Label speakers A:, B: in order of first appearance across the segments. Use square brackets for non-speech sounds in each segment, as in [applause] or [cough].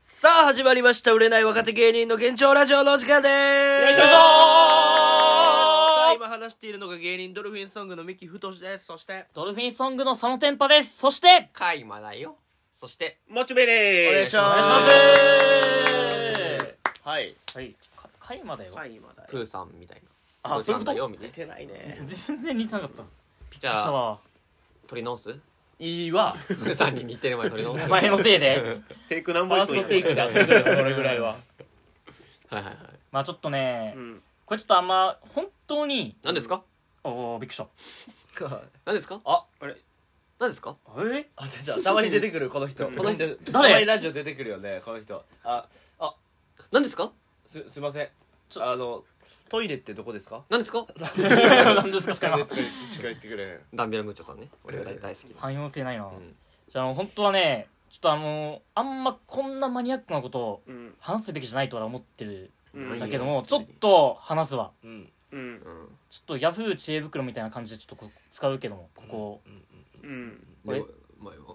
A: さあ始まりました売れない若手芸人の現状ラジオのお時間でー
B: よいし
A: す
B: ょー
A: さあ今話しているのが芸人ドルフィンソングの三木太志ですそして
B: ドルフィンソングのそのテンパです。そして、
C: カイマだよそして
D: モチベで
A: お願いします
B: お願いします
D: はい
B: すはい。か、かいまだよ。
A: はい今だ
C: プーさんみたいな
B: あ
C: プーさんだ
B: そ
C: よ
B: う
C: みたい
A: 似
C: な
A: てないね
B: 全然似てなかった。
C: じ
B: シャ
C: ゃあ
B: ワ
C: 取り直す
D: いいわ
C: プーさんに似てる前取り直
B: ー。
C: す
B: お [laughs] 前のせいで。
D: テイクナン
E: ファーストテイクだったからそれぐらいは
C: はいはいはい
B: まあちょっとね、
D: ん
B: これちょっとあんま、本当に、
C: 何ですか
B: おー、びっくり [laughs] した。
C: 何ですか
E: あ
D: あれ
C: 何ですか
B: え
E: あ出たたまに出てくるこの人この人
B: 誰
E: たまにラジオ出てくるよねこの人ああ
C: 何ですか
E: すすいませんあのトイレってどこですか
C: 何ですか
B: なんですかしか
E: 何
B: も
E: ですかしか言ってくれ
C: ダンビラムーチョさんね俺が大好き
B: 汎用性ないな。
C: ん
B: じゃあ、あの、本当はね、ちょっとあの、あんまこんなマニアックなことを
D: うん
B: 話すべきじゃないとは思ってる
D: うん
B: ん
C: 何
B: だけども、ちょっと話すわ。
E: うん
D: うん
C: うん
B: ちょっとヤフー知恵袋みたいな感じでちょっとこう使うけども、ここを
D: うん
B: 俺
C: でもまあま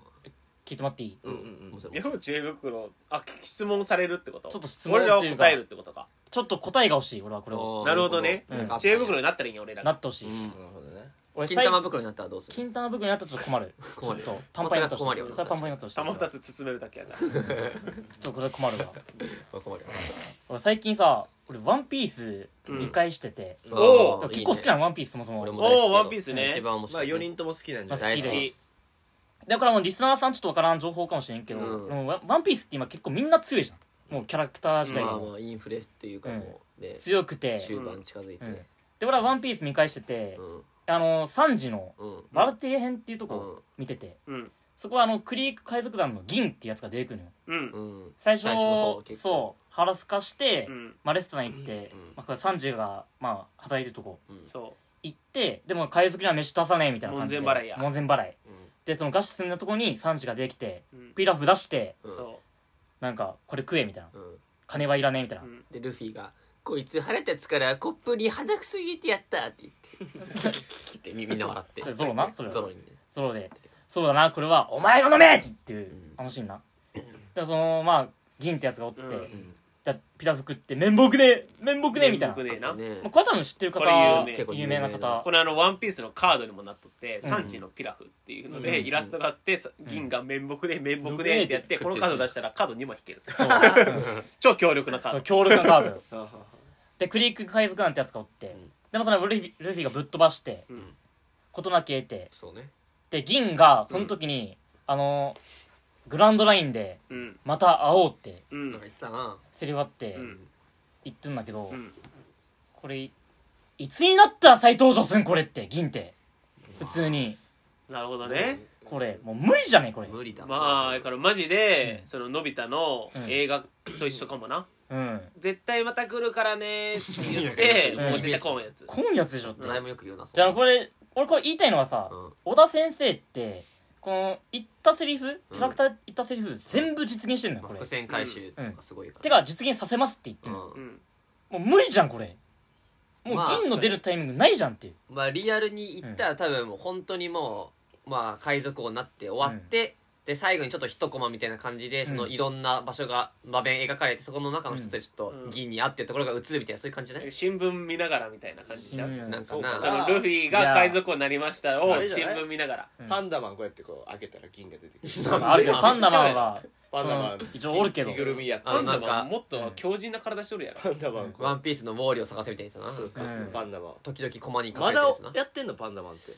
B: 聞いてもらっていい
E: うんう
C: あ
E: んうん
C: もうそれ
D: ヤフー知恵袋あ質問されるってこと
B: ちょっと質問
D: 俺ら
B: っ
D: を
B: ていうか
D: 答えるってことか
B: ちょっと答えが欲しい、俺はこれを。
C: あー
D: なるほどね
B: うん
C: なんか
D: 知恵袋になったらいいんや俺ら
B: な
D: が
B: ってほしい。
C: うん
E: なるほどね
B: 俺
C: 金玉袋になったらどうする
B: 金玉袋になったらちょっと困るちょ
C: [laughs] 困
B: っ
C: る
B: とパンパンになったら
C: まあそれは困るよ
B: それはパンパンになったら
D: 玉
B: ちょ
D: 二
B: っ
D: つ包めるだけやから
B: とこれ困るわ [laughs]
C: 困るよ
B: 俺最近さ俺ワンピース見返してて、
C: うん
D: お
C: ー
B: 結構好きなのワンピースそもそも
C: 俺
B: 俺も
C: も大好き
D: おーワンピースね
C: 一番面
E: まあ
C: 白い
E: 4人とも好きなんじゃない
C: 大好
B: 好き
C: き
B: でだからもうリスナーさんちょっとわからん情報かもしれんけど、
C: うん
B: でもワンワンピースって今結構みんな強いじゃんもうキャラクター自体
C: ま
B: が
C: あまあインフレっていうかもうで
B: 強くて、
C: 終盤近づいて
B: うんで俺はワンピース見返してて
C: う、ん
B: あの3時の
C: うん
B: バラティエ編っていうとこ
C: うん
B: を見てて、
D: うん
B: そこはあのクリーク海賊団の銀っていうやつが出てくるのよ
D: うん
C: うん
B: 最初
C: 最初の方結構
B: そう腹すかして、
D: うん
B: まあ、レストラン行って、
C: うん
B: まあ、これ30が、まあ、働いてるとこ
D: そ
B: 行ってでも海賊には飯出さねえみたいな感じで
D: 門前払いや
B: 門前払い
C: うん
B: でその餓死すんだとこに3時ができて
D: ううん
B: ピラフ出して
C: うん
D: そ
B: なんかこれ食えみたいな
C: うん
B: 金はいらねえみたいうな、
D: うん
C: でルフィが「こいつ腹立つからコップに鼻くそ入れてやった」って言ってみんな
D: [laughs]
C: 笑って
B: それゾロなそれ
C: ゾロにね
B: ソロでそうだなこれはお前が飲めって言ってる
C: うん
B: あのシーンな、でそのまあ銀ってやつがおって、
D: うん
C: ん
B: じゃあピラフ食って面目ねえ面目ねえみたいな、
D: 面目ねえな
C: ね
B: まあ、これは多分知ってる方
D: これ有名
B: 有名な
C: 結構有名な
B: 方
D: これあの「ワンピースのカードにもなっとって
B: うん
D: 3時のピラフっていうの
B: うん
D: でイラストがあってさ銀が面目で面目でってやって
C: うん
D: このカード出したらカード2枚引ける
B: そう
D: 超強力なカ
B: そ
D: ー
B: う
D: ド
B: 強力なカードよ
E: はあは
B: でクリーク海賊なんてやつがおって、
C: ん
B: でもそのルフィルフィがぶっ飛ばして
D: うん
B: 事なきを得て
C: そうね
B: で銀がその時に、あのグランドラインで
D: うん
B: また会おうって
D: う
C: なん
D: ん
C: か言ってたな
B: セリフあって
D: うん
B: 言ってるんだけど、
D: うん
B: これいつになったら再登場すんこれって銀って普通に
D: なるほどね
B: これもう無理じゃねえこれ
C: 無理だ
D: まあだからマジで、そののび太の
B: うん
D: 映画と一緒かもな、
B: うん
D: 絶対また来るからねって言っ
C: いや
D: て
C: い
B: やいや
D: もう絶対来んやつ
B: こんやつでしょって
C: ライもよく言うな
B: じゃあこれ俺これ言いたいのはさ、
C: うん
B: 小田先生ってこの言ったセリフキャラクター言ったセリフ全部実現してんのよ
C: まあ
B: これ
C: 伏線回収とかすごいから
B: てか実現させますって言って
C: う
B: るの
C: ん
D: うん
B: もう無理じゃんこれも
C: ま
B: う
C: あ
B: 銀の出るタイミングないじゃんっていう
C: まあリアルに言ったら多分もう本当にもうまあ海賊王になって終わってで最後にちょっと一コマみたいな感じでそのいろんな場所が場面描かれてそこの中の人たちょっ
D: うん
C: と銀に合ってるところが映るみたいなそういう感じじゃない
D: 新聞見ながらみたいな感じじゃん、
B: うん
C: なんか
D: そうか
C: な
D: そのルフィが海賊王になりました
E: いや
D: を
E: あれじ
D: 新
E: ゃない
D: 聞見ながら
E: あパンダマンこうやってこう開けたら銀が出てくる
B: [laughs] あるけどパンダマンは
E: パンダマン
B: その一応おるけど
E: 着ぐるみやった
C: あの
D: パン
C: な
D: ダ
C: んか
D: マンもっと強靭な体しとるやろ
E: パンダマンこ
C: ワンピースのウォーリーを探せみたいな
E: う
C: さ
E: そうそうそう
B: うん
E: パンダマン
C: 時々コマに書
E: ま
C: いて
E: だ
C: るやつな
E: やってんのパンダマンって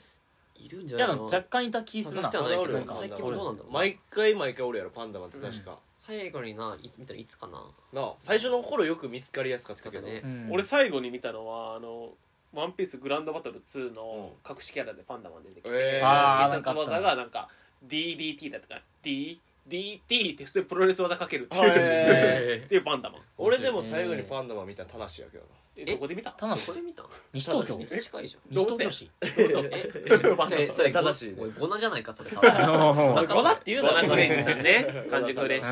C: いるんじ
B: い
C: ゃな
B: や
C: い
B: で
C: の
B: も若干いた気するな
C: 探しては
E: ま
C: ない
E: だ
C: け
E: お
C: ど
E: るよパンダマン
C: 最近もどうなんだろう
E: 毎回毎回おるやろパンダマンって確か
C: 最後にない見たのいつかな
E: なあ最初の頃よく見つかりやすかったけど
B: [laughs]
C: 見つかったね
B: うん
D: 俺最後に見たのはあの「ワンピースグランドバトル2」の隠しキャラでパンダマン出てきて、
E: えー
B: あー
D: 必殺技がなんか DDT だったかな DDT って普通にプロレス技かけるっていう、
E: へ
D: っていうパンダマン
E: 俺でも最後にパンダマン見たらタナシやけどな
D: え
C: え
D: どこで見た
B: 田中
C: これ見たの
B: 西東京
C: めっちゃ近いじゃん
B: 西東京市
C: えそれそれ
E: [laughs] 正しいね
C: ごおいゴナじゃないかそれ多分
B: うん
E: [laughs]
C: ゴナって
E: 言
D: ゴナフレンチさんね完熟フレンチ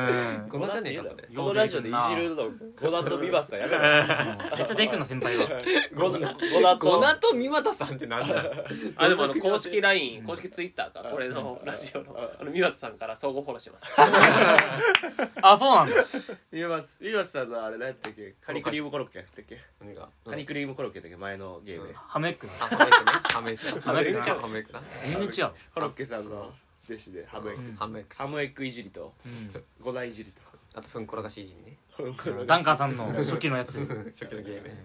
C: ゴナじゃねえかそれ
E: このラジオでいじるのゴナとビバスさんやめろ
B: [laughs] めっちゃデクの先輩は
E: ゴナゴナ
C: ゴ
E: と
C: ナと三股さんってなんだよ
D: あでもあの
C: どんな組み合
D: 公
C: わせ
D: 式 LINE 公式 Twitter かこれのラジオのあの三輪さんから総合フォローします
B: あそうなんだ
E: ビバスビバスさんのあれ何やったっけカニクリームコロッケやったっけ
C: 何が
E: カニクリームコロッケやったっけ前のゲームで
B: ハメックな
C: あハムエックねハムエック
B: ハ
C: ハムエックな
B: 全然違う
E: コロッケさんの弟子でハムエッ
C: うん
E: グ
C: ハムエック
E: ハムエッグいじりとゴナいじりと
C: あとふんころがしい人ね
B: うんダンカーさんの初期のやつ
C: 初期のゲームね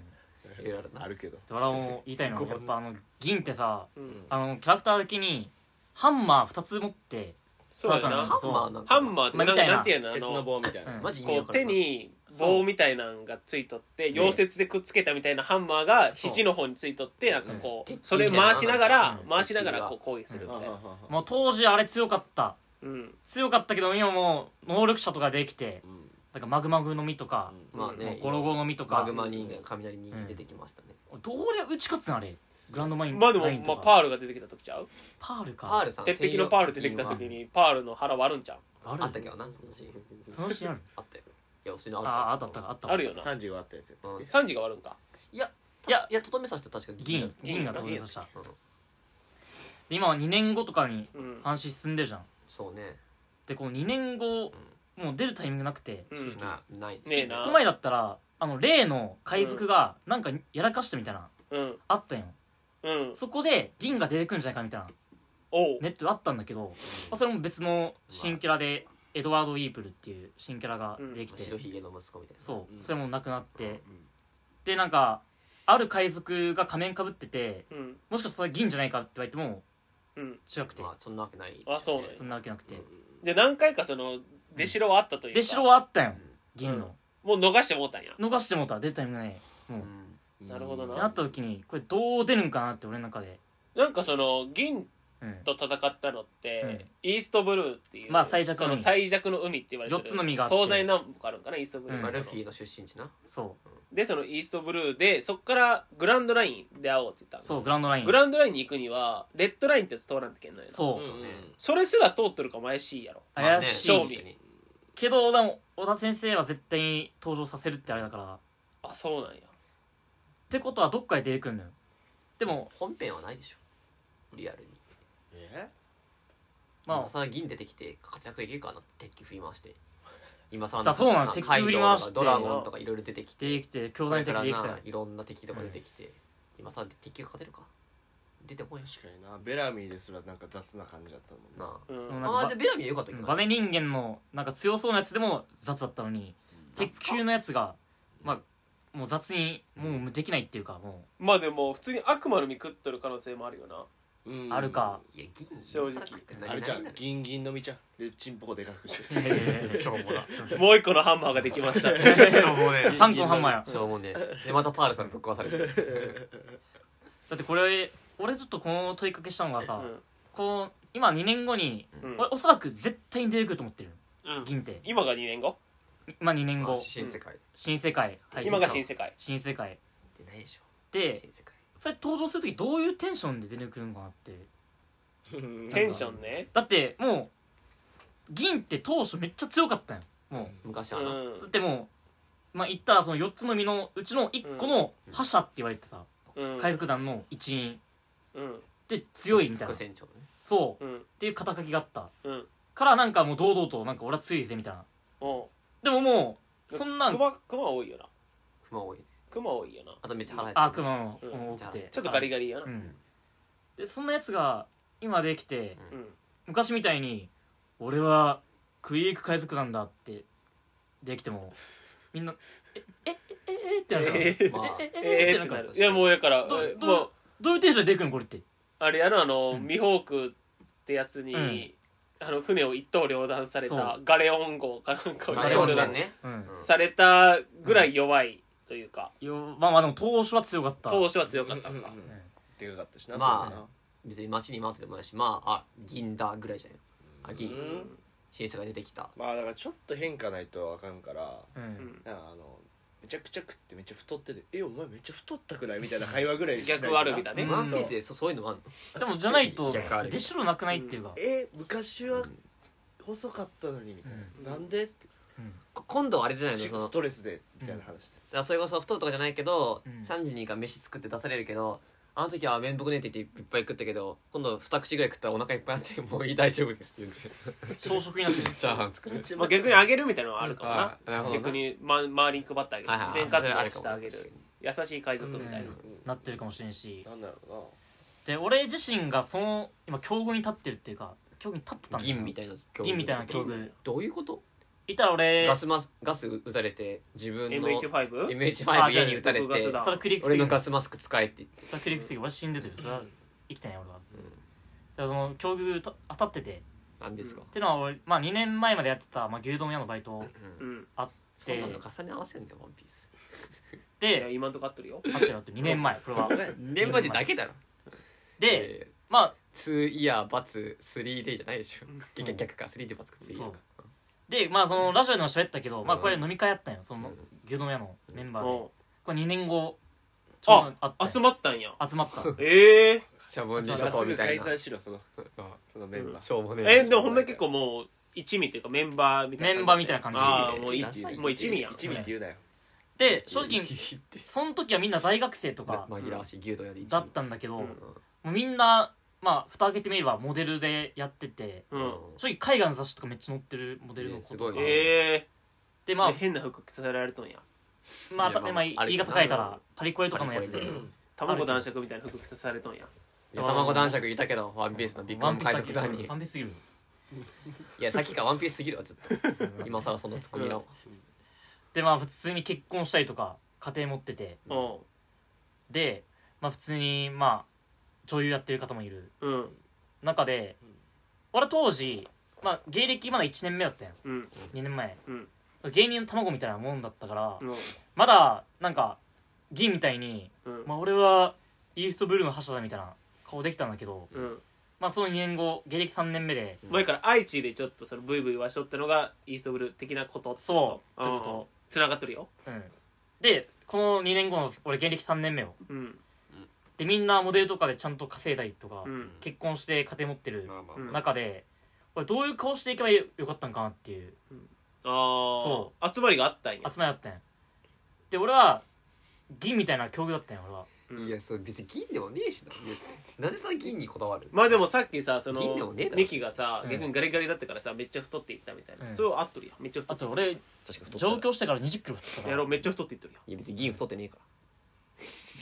C: いろいろあるな
E: あるけど
B: ドラゴンを言いたいのはやっぱあの銀ってさ
D: うん
B: あのキャラクター的にハンマー2つ持って
D: そうや
B: 戦
D: な
C: ハンマーなんか
D: ハンマーってな
B: まあみたいな
D: なんていうのあ
E: 鉄の
D: の
E: 棒みたいな
B: うん
C: マジ意味わ
D: こ
C: か
D: う
C: らん
D: 手に棒みたいなんがついとって溶接でくっつけたみたいなハンマーが肘の方についとってなんかこう
C: うん
D: それ回しながら
B: うん
D: 回しながらこう攻撃するみ
E: は
D: たい
E: は
D: な
E: はは
B: もう当時あれ強かった
D: うん
B: 強かったけど今もう能力者とかできて
E: うん
B: なんかマグマグの実とか
C: まあ
B: もう
C: ね
B: ゴロゴロの実とか
C: マグマ人間雷人間出てきましたね
B: どうで打ち勝つんあれグランドマイン
D: まあで
B: ラ
D: も
B: イン
D: ま
B: と
D: あ
B: か
D: パールが出てきた時ちゃう
B: パールか
C: パールさん
D: 鉄壁のパール出てきた時にパールの腹割るんちゃう
B: ある
C: あったっけどなそのシーン
B: そのシーンある
C: あったよいや普通にあっ
B: あ
C: た
B: ああったあったあった
D: あるよな
E: 35あったやつやったっ
C: うん
E: け
D: サンジが割るんか
C: いや
D: いや
C: いやとどめさせて確か
B: 銀
C: だ
B: 銀が投入した
C: うん
B: で今は2年後とかに
D: うん
B: 話進んでるじゃん
C: そうね
B: でこの2年後もう出るタイミングなくて
D: う
B: こ
D: ん
C: なないです
D: ねえな
B: の前だったらあの例の海賊がなんかやらかしたみたいな
D: うん
B: あったやん
D: うん
B: そこで銀が出てくるんじゃないかみたいな
D: おう
B: ネットであったんだけどまあそれも別の新キャラでエドワード・イープルっていう新キャラができて
C: 白ひげの息子みたいな
B: そう
E: うん
B: それもなくなって
E: うん
B: でなんかある海賊が仮面かぶってて
D: うん
B: もしかしたら銀じゃないかって言われても
D: うん
B: 違くて
C: まあそんなわけないです
D: あそうね
B: そんなわけなくて
D: で何回かその出城はあったというか
B: で城はあったやん銀の
D: もう逃してもうたんや
B: 逃してもうた出たタイミングないもう
C: う
B: っ
C: ん
D: なるほどな
B: てなった時にこれどう出るんかなって俺の中で
D: なんかその銀
B: うん
D: と戦ったのって、イーストブルーっていう、
B: まあ最弱の
D: そ
B: 海
D: の最弱の海って言われてる
B: 四つの海があって
D: 東西南北あるんかなイーストブルー、
B: うん
C: まあ
D: そ
C: ル
D: の
C: フィの出身地な
B: そう
D: でそのイーストブルーでそっからグランドラインで会おうって言ったの
B: そうグランドライン
D: グランドラインに行くにはレッドラインってやつ通らんといけないの
B: そううん
E: うん
D: それすら通ってるかも怪しいやろ
C: まあね
B: 怪し
D: 勝負
B: い
C: 確かに
B: けどでも小田先生は絶対に登場させるってあれだからっ
D: あそうなんや
B: てことはどっかで出てくるのよでも
C: 本編はないでしょリアルに
E: え
B: ま
C: 今
B: あ
C: さら銀出てきて活躍できるかなって敵振り回して今さら
B: だそうなの
C: んか
B: 敵振り回して
C: カイドウとかドラゴンとかいろいろ出てきて
B: 出てきて兄
C: こ
B: 弟
C: れ
B: 的
C: から
B: できたよ
C: ないろんな敵とか出てきて今さら敵が勝てるか出てこいし
E: 確かになベラミーですらなんか雑な感じだったもん
C: な
E: な
D: うん
B: そのな
C: あ
B: ん
C: まあ
B: か
C: でベラミーよかったけ
B: うん
C: ど
B: バ
C: な
B: ネ人間のなんか強そうなやつでも雑だったのに鉄球のやつがまあもう雑にもうできないっていうかも
D: まあでも普通に悪魔の実食っとる可能性もあるよな
E: うん
B: あるか
E: [laughs]
C: いや銀
D: 正直
C: 今更食って何
E: あれじゃん
C: 何
E: ギンギンのみちゃんでチンポコでかくし
B: [laughs]
E: て
B: う3
C: しょ
B: [laughs]
C: うもな
D: もう一個のハンマーができました
C: しょうもね
B: 個のハンマーや
C: しょうもねでまたパールさんぶっ壊される
B: だってこれ俺ちょっとこの問いかけしたのが
D: う
B: さ
D: ん
B: こう今2年後に
D: うん
B: 俺おそらく絶対に出てくると思ってる
D: うん
B: 銀って
D: 今が2年後、
B: 今2年
C: あ
B: 後
C: 新世界
B: 新世界入って
D: 今が新世界
B: 新世界
C: 出ないでしょ
B: で
C: 新世界
B: それ登場する時どういうテンションで出てくるのかなって
D: テンションね
B: だってもう銀って当初めっちゃ強かったんよも
C: 昔
D: う
C: はな、
B: うだっ
D: ん
B: てもうまあ言ったらその4つの実のうちの1個の覇者って言われてた
D: うん
B: 海賊団の一員
D: うん
B: で強いみたいな
C: 副船長ね
B: そうっ
D: うん
B: ていう肩書きがあった
D: うん
B: からなんかもう堂々となんか俺は強いぜみたいな
D: おう
B: でももうそんなん
D: 熊熊多いよな
C: 熊多いね
D: 熊多いよな
C: あとめっちゃ腹減ってる
B: あクマも
D: うん
B: もう多くて
D: ちょっとガリガリやな
B: うんでそんなやつが今できて
D: うん
B: 昔みたいに俺は食い行く海賊団だってできてもみんなえええええってなるからえ
D: え
C: まあ
B: え [laughs] え
D: え
B: えって
D: ー
B: な
D: って
B: るか
D: な
B: ら
D: るいやもうやから
B: ど
D: え
B: ど
D: もう
B: どういうテンションで出てくるのこれって
D: あれやろあの
B: ん
D: ミホークってやつ
B: うん
D: にあの船を一頭両断され
B: そ
D: たガレオン号かなんかを
C: ガレオンさんね、
B: うん
C: うん
D: されたぐらい弱いというか
B: よまあまあでも当初は強かった
D: 当初は強かったのか
E: でかかったしな
C: ま別に街に待っててもないしまああ銀だぐらいじゃないあ銀
D: うん
C: 新世界出てきた
E: まあだからちょっと変化ないとあかんから
B: うん
D: うん
E: なんかあのめちゃくちゃ食ってめっちゃ太ってて「えお前めっちゃ太ったくない?」みたいな会話ぐらいしないと
D: 逆悪びだね、
B: うん
C: ワンピースでそそういうのもあんの
B: でもじゃないと
C: 逆ある
B: 出しろなくないっていうか、
E: え昔は細かったのにみたいな、なんでって
C: こ今度はあれじゃないのその
E: ストレスでみたいな話で、
C: だからそれこそ太るとかじゃないけど、
B: うん
C: 3時にか飯作って出されるけどあの時は面目ねえって言っていっぱい食ったけど今度2口ぐらい食ったらお腹いっぱいあってもういい大丈夫です
D: [laughs]
C: って言うんで
B: 装飾になってる
C: チャーハン作る
E: うち
D: まあ、逆にあげるみたいなのはあるかもな、
C: うんあなるほどな
D: 逆に、ま、周りに配ってあげる
C: はいはい
D: 自然活動
C: それあるかも
D: してあげる優しい海賊みたいな、
B: なってるかもしれんし
E: なんだろうな
B: で俺自身がその今境遇に立ってるっていうか境遇に立ってたんだよ
C: 銀みたいな境遇
B: 銀みたいな境遇
C: どういうこと
B: いたら俺
C: ガスマスガス撃たれて自分の
D: MH5?
C: MH5 家に撃たれ
D: 毒ガス
C: て
D: だ
B: それクリックす
C: 俺
B: ぎ
C: の
B: る
C: ガスマスク使えって言って
B: それクリックすぎる俺死んでてるそれは生きてない俺は、だからその境遇た当たってて
C: なんですか
B: っ、ていうのは俺、まあ、2年前までやってた、まあ、牛丼屋のバイト
D: うん
B: あっ
C: そん
B: て
C: なの重ね合わせんだよワンピース
D: いや
B: で
D: 今んとこ合ってるよ
B: あってなって2年前これは
C: [laughs] 年までだけだろ
B: で、
C: え
B: まあ
C: ー、2イヤーバツ 3D じゃないでしょ逆逆か 3D バツか 3D
B: そう
C: か
B: でまあそのラジオでも喋ったけど、まあこれ飲み会やったんよその牛丼屋のメンバーで、
D: うん
B: これ2年後ちょう
D: あ
B: どあったんよ
D: 集まったんや [laughs]
B: 集まった
D: ええ
C: シャボンディシ
E: 今
C: ャ
E: す
C: ト
E: ぐ
C: みたい
E: 解
C: な
E: 散しろその
C: うん
E: そのメンバー、
C: しょうもね
D: えでもほんまに結構もう一味というかメンバーみたいな
B: メンバーみたいな感じ
D: ああもうい
C: ダサい
D: もう一味やん
E: 一味って言うなよ、
B: で正直
C: 一味って
B: その時はみんな大学生とか
C: 紛らわしい牛丼屋で一味
B: だったんだけど、
D: うん
B: もうみんなまあ蓋開けてみればモデルでやってて
D: う
C: うん
D: ん
B: 正直海外の雑誌とかめっちゃ載ってるモデルの
C: ね
B: 子
C: す
B: と
C: ご
B: か、
C: いね
D: ええ
B: で
D: ま
B: ま
D: あ
B: あ
D: 変な服着せられとんや
B: まあ、
C: いや
B: た
C: まあ
B: まあ、
C: あれ
B: 言い方変えたらパリコレとかのやつで
C: パリコレ
D: 卵男爵みたいな服着せられとんや
C: いや卵男爵いたけどワンピースのビッグ
B: ワ
C: マ
B: ン
C: ン
B: ピース
C: 海
B: だけ
C: 賊団に
B: ワンピースすぎる
C: いやさっきからワンピースすぎるわずっと
B: [laughs]
C: 今更そんなツッコミの
B: でまあ普通に結婚したりとか家庭持ってて
D: うん
B: で、まあ、普通にまあ女優やってる方もいる
D: うん
B: 中で俺当時、まあ、芸歴まだ1年目だったよ
D: うん
B: 2年前
D: うん
B: 芸人の卵みたいなもんだったから、
D: うん
B: まだなんか銀みたいに、
D: うん
B: まあ、俺はイーストブルーの覇者だみたいな顔できたんだけど、
D: うん
B: まあ、その2年後芸歴3年目で
D: 前から愛知でちょっとそのブイブイはしとったのがイーストブルー的なこと
B: そうってこ
D: つながってるよ
B: と、うん、でこの2年後の俺芸歴3年目を
D: うん
B: でみんなモデルとかでちゃんと稼いだりとか、
D: うん
B: 結婚して家庭持ってる
C: まあまあ
D: うん
B: 中で俺どういう顔していけばよかったんかなっていう
D: ああ
B: そ
D: 集まりがあったんや
B: 集まりだったんやで俺は銀みたいな境遇だったんや俺は
C: うんいやそれ別に銀でもねえしな言うてなんでその銀にこだわる
D: まあでもさっきさそ
C: 銀で
D: の
C: もねえだろ
D: ミキがさ
B: うん
D: 逆にガリガリだったからさめっちゃ太っていったみたい
B: うん
D: なそれは合っとるやんめっちゃ太
B: あ
D: って
B: と俺
C: 確か太って
B: 上
C: る
B: 京してから2 0キロ太ったか
D: や
B: ら
D: ろうめっちゃ太っていっとるやん
C: いや別に銀太ってねえか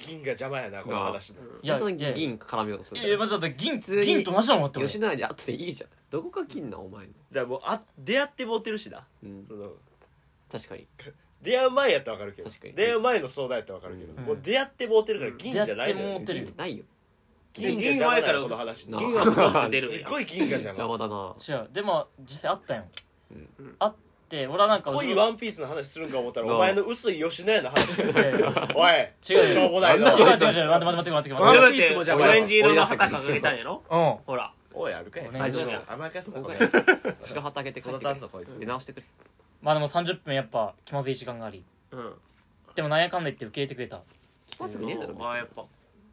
E: 銀が邪魔やなこの話の
B: い
C: ら
B: や
C: その
B: いや
C: 銀絡めようとす
B: い
C: る
B: やいやまあちょっと銀
C: 通に
B: 銀と同じだもんって俺
C: 吉野家で会ってていいじゃんどこか銀なお前の
E: だからもうあ出会ってモテるしな、
C: うん
E: その
C: 確かに
E: 出会う前やったら分かるけど
C: 確かに
E: 出会う前の相談やったら分かるけど、
B: うん
E: もう出会ってモテるから銀じゃな
B: 出会
E: いの
B: って
E: よ、
B: モ
E: ね
B: テ、る
C: 銀ってないよ
E: 銀が邪魔やからこの話
C: な
E: 銀
D: 銀
E: は
D: は太って出る
E: す
D: やん
E: ごい銀が邪
C: 邪魔
E: 魔
C: だな
B: 違うでも実際あったんよ、
D: ん
B: あって俺はなんか
E: 濃いワンピースの話するんか思ったらお前の薄い吉野家の話
B: いやいや
E: おい
B: 違うよ
E: しょうもないな
B: 違う違う違う待って待って待って待って
D: いやだって
B: 待って
E: ワンピースも邪魔
D: オ
E: やわ
D: レンジ色の旗掲げたんやろ
B: うん
D: ほら
E: おいあるかい
B: お願いします
E: 甘やかすな
C: お
E: こ
C: 前
E: れ
C: 白旗あげて帰って
E: この段差こ
C: く
E: いつ
C: れ出直してくれ
B: まあでも30分やっぱ気まずい時間があり
D: うん
B: でもなんやかんだ言って受け入れてくれた
C: 気まずくねえだろ別に
D: ああやっぱ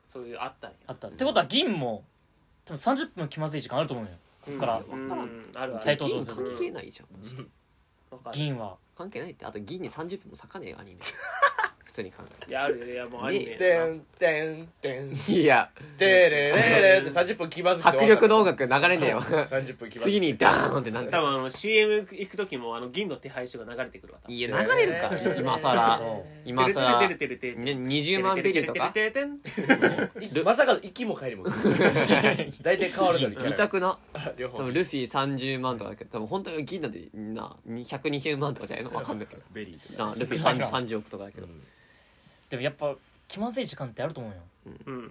D: そういうあったんや
B: あったってことは銀も多分30分気まずい時間あると思うのよこっから
D: うんうんあるあ
B: 斉
D: る
B: 藤どう
C: 銀
B: する
C: 関係ないじゃん
D: わかる
B: 銀は
C: 関係ないってあと銀に30分も割かねえよアニメ普通に考
D: いやあるよいやもうアニメやな
E: てんてんてん
C: えいや
E: てれれれって30分気まずくて
C: 迫力の音楽流れねえわ
E: 30分気まずくて
C: 次にダーンってなん
D: 多
C: だ
D: 分あの CM 行く時もあの銀の手配書が流れてくるわ多分
C: いや流れるか今さら今さら
D: てるてるてるてるてる
C: ね20万ベリューとか
D: てるてるてるてるてる
E: まさかの行きも帰りも大体変わるのにキ
C: 見
E: ャラが
C: たくな
E: 両
C: 多
E: 方
C: 分ルフィ30万とかだけど多分本当に銀なんてな120万とかじゃないのわかんないけ
E: ベリーとか
C: どなルフィ 30, 30億とかだけど、
B: でもやっぱ気まずい時間ってあると思うよ
D: うん
E: うん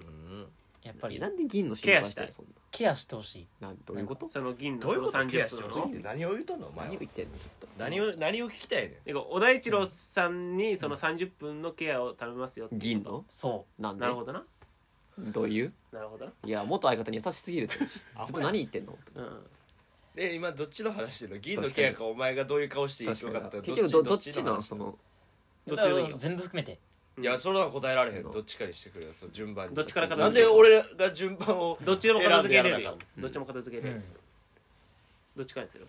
B: やっぱり
C: なんで銀の心配して
D: ケアした
C: る
D: い
C: そんな
B: ケアしてほしい
C: なんどういうこと
D: その銀の
E: どういうこと
D: その
E: ケアして
D: 30
E: ほ
D: 分
E: しい
D: の
E: って何を言うとんのお前
C: 何
E: は
C: を言ってんのちょっと
E: 何を何を聞きたいねん
D: なんか小田一郎さんにその30分のケアを頼みますよって
C: 銀の
B: そ
C: なんで
D: なるほどな
C: どういう
D: なるほどない
C: や元相方に優しすぎるってずっと何言ってんの
D: うん
E: で今どっちの話してるの銀のケアかお前がどういう顔していいか分かった
C: 結局どどっちのその
D: どっちでもいい
B: だから
D: よ
B: 全部含めて
D: うん
E: いやそれは答えられへんどっちかにしてくれよそう順番に
D: どっちから片
E: なん
D: 付け
E: で
D: る
E: 俺が順番を
D: どっちでも片付けれる
E: 選
D: よ
E: んでやらなあかん
D: どっちも片付けれ
B: う
D: る
B: ん
D: どっちかにする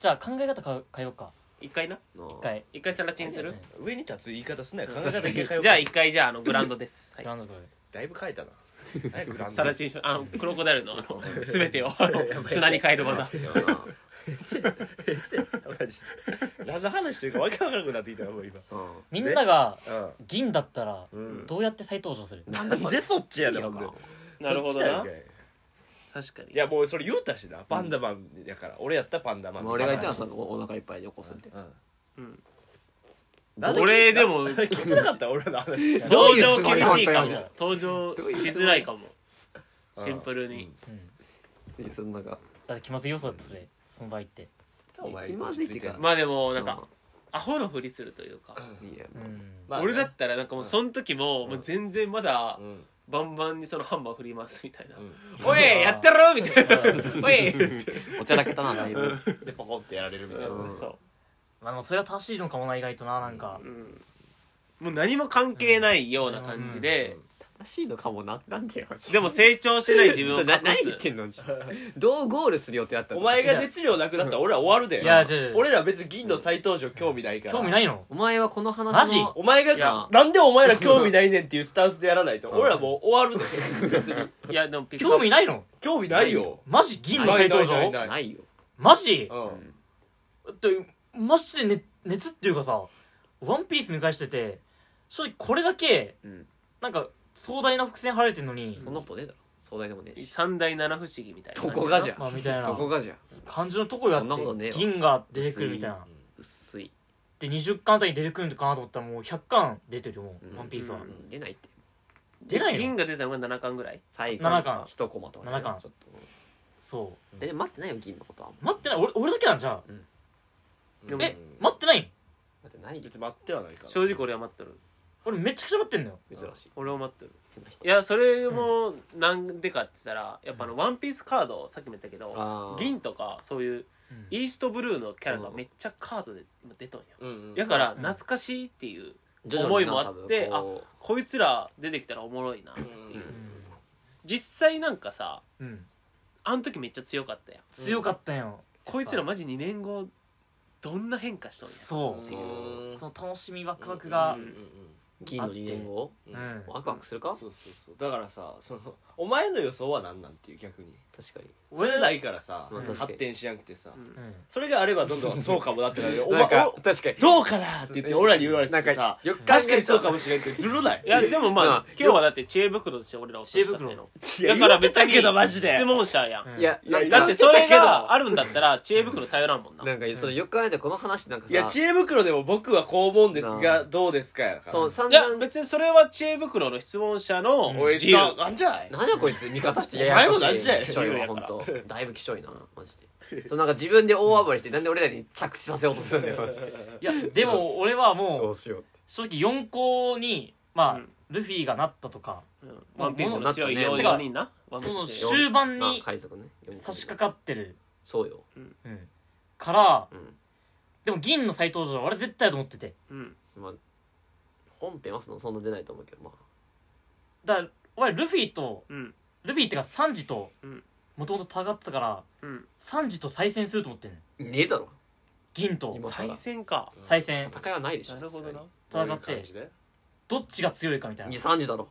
B: じゃあ考え方か変えようか
D: 一回な
B: 一
C: 一
B: 回
D: 一回さらちにする
B: うん
E: 上に立つ言い方すなよ考え
D: 確
E: 方
D: か
E: だ
D: に
E: け変えよう
D: じゃあ一回じゃああのグランドですはい
B: グランドゴール
E: だいぶ変えたな早くランド
D: さらちにしあのクロコダイルのあの全てをあの砂に変える技
E: [laughs] マジで何の話してるか分からなくなってきたなもう今
B: みんなが銀だったら
E: ん
B: どうやって再登場する、
E: うんなんでそっちやねんほんで
D: なるほど
E: そ
D: な
E: っちやんかい
D: 確か
E: いやもうそれ言うたしなパンダマンやから俺やったらパンダマン
C: 俺が言ったのはそのおお腹いっぱいで起こすって
E: うん
D: うん
E: なん
D: に俺でも
E: 聞いてなかった俺らの話
D: 登場厳しいか
C: どういうつも
D: も登場しづらいかもシンプルに
B: うん
C: いやそのなんか
B: だって気まずい要素だってそれその場合って
E: お前
C: 気まずいっていうか
D: まあでもなんかアホのふりするというか
C: いや
B: う
C: まあ
B: ん
E: まあね
D: 俺だったらなんかもうその時ももう全然まだ
E: うん
D: バンバンにそのハンマー振りますみたいな
E: うん
D: 「おいやってろ!」みたいな [laughs] 「おい!」
C: おちゃらけたなだいぶ
E: でポコンってやられるみたいな
C: うん
D: そ
B: まあでもそれは正しいのかもな意外とななんか
D: う、うん、もう何も関係ないような感じで、
C: 正しいのかもななんでよ
D: でも成長してない自
C: ち
D: 分
C: ょ
D: を
C: っとな
D: 隠
C: 何
D: す
C: 言ってんのどうゴールする予定だった
E: お
C: の
E: 前が熱量なくなったら俺ら終わるで
B: いや違う違う
E: 俺ら別に銀の再登場興味ないから
B: 興味ないの
C: お前はこの話の
B: マジ
E: お前
D: いや
E: がなんでお前ら興味ないねんっていうスタンスでやらないと
C: ん
E: 俺らもう終わるで別に
D: いやでもピ
B: 興味
D: ない
B: ないの
E: 興味ないよ
B: マジ銀の再登
E: ないない
B: 場
E: ない
C: ないよ
B: マジ
E: うん
B: ってマジで、ね、熱っていうかさ「ワンピース見返してて正直これだけ
C: うん
B: なんか壮大な伏線張られてんのに
C: そんなことねえだろ壮大でもねえし
D: 三大七不思議みたいな
C: どこがじゃ
B: まあみたいな
C: どこがじゃ
B: 感じのとこやっ
C: そんなことねえ
B: て
C: わ
B: 銀が出てくるみたいな
C: 薄い
B: で20巻あたりに出てくるのかなと思ったらもう100巻出てるよも
C: うん
B: う「ワンピースは
D: う
C: うん出ないって
B: 出ない
D: 銀
B: よ
D: が出たのが7巻ぐらい
C: 最後
B: 七巻
C: 一コマとかね
B: 七巻
C: ちょっと
B: そ
C: で待ってないよ銀のことはあんま
B: う待ってない俺俺だけなんじゃん
D: でも
B: え待ってない
C: 待ってないよ
E: 別に待ってはないから
D: 正直俺は待っとる
B: 俺めちゃくちゃ待ってんのよ
C: 珍しい
D: 俺は待っとる
C: 変な人
D: いやそれもなんでかって言ったらやっぱあの「ワンピースカードさっきも言ったけど
C: あー
D: 銀とかそういう
B: うん
D: イーストブルーのキャラがめっちゃカードで今出とんよ
E: うんうん
D: だから
B: ん
D: 懐かしいっていう
C: 徐々に
D: 思いもあって
C: な多分こ
D: こいつら出てきたらおもろいな
E: うんうん
D: 実際なんかさ
B: うんうん
D: あの時めっちゃ強かったやん
B: 強かったよ
D: こいつらマジ2年後どんな変化しとんや
B: そ
D: っていう
B: その楽しみワクワクが
E: うんうん
C: う銀の2年後
E: うん
B: うん
C: ワクワクするか
E: そうそうそうだからさそのお前の予想は何なんっていう逆に
C: 確かに
E: それないからさ
C: うん確かに
E: 発展しなくてさ
D: ん
B: うん
E: それがあればどんどん [laughs] そうかもだってなるよお
C: なん
E: 前
C: か
E: お
C: 確かに
E: どうかなって言って俺らに言われて
C: なんか
E: さ
C: よく考えたら
E: 確かにそうかもしれんってずるない
D: いやでもま
C: ま
D: あ
C: あ
D: 今日はだって知恵袋として俺らを
B: 知恵袋
D: だから別
E: 言ってたけどマ
D: に
E: ジで
D: 質問者や
B: うんん
C: いや
E: いや
C: なんか
D: だってそれがあるんだったら知恵袋頼らんもんな
C: なんかそのよく考えたらこの話なんか
E: いや知
C: さ
E: 恵袋でも僕はこう思うんです
C: なあ
E: がどうですかやから
C: そう散
D: いや
C: 々
D: 別にそれは知恵袋の質問者の
E: おい
D: 自由
E: ななんじゃい
C: 何やこいつ味方してややこし
E: お前もなん
C: い
E: じゃい
C: きしょい
D: 自由
C: わ
D: やから
C: 本当だいぶきしょいなマジでそうなんか自分で大暴れしてなんで俺らに着地させようとするんだよマジで
B: いやでも俺はもう
C: うしよう
B: 正直4校にまあ
D: うん
B: ルフィがなったとか
D: うんワンピースの強い
C: もう
D: よ
C: な
D: う
C: った
D: 4
C: ね
D: 人なワンピ
B: そ
D: ー
B: の
D: ス
C: よ
D: 強い
B: 終盤
C: あ
B: に
C: 海賊ね四
B: 差し掛かってる
C: そうよ
B: うんから
C: うん
B: でも銀の再登場は俺絶対だと思ってて
D: うん
C: まあ本編はそのそんな出ないと思うけどまあ
B: だから俺ルフィと
D: うん
B: ルフィってかサンジと
D: うん
B: もともと戦ってたから
D: うん
B: サンジと再戦すると思ってんの
C: ねえだろ
B: 銀と
C: 今
D: 再戦か
B: 再戦
C: 戦いはないでしょ
D: なるほどな
B: 戦ってどっちが強いかみたいな
C: 23時だろ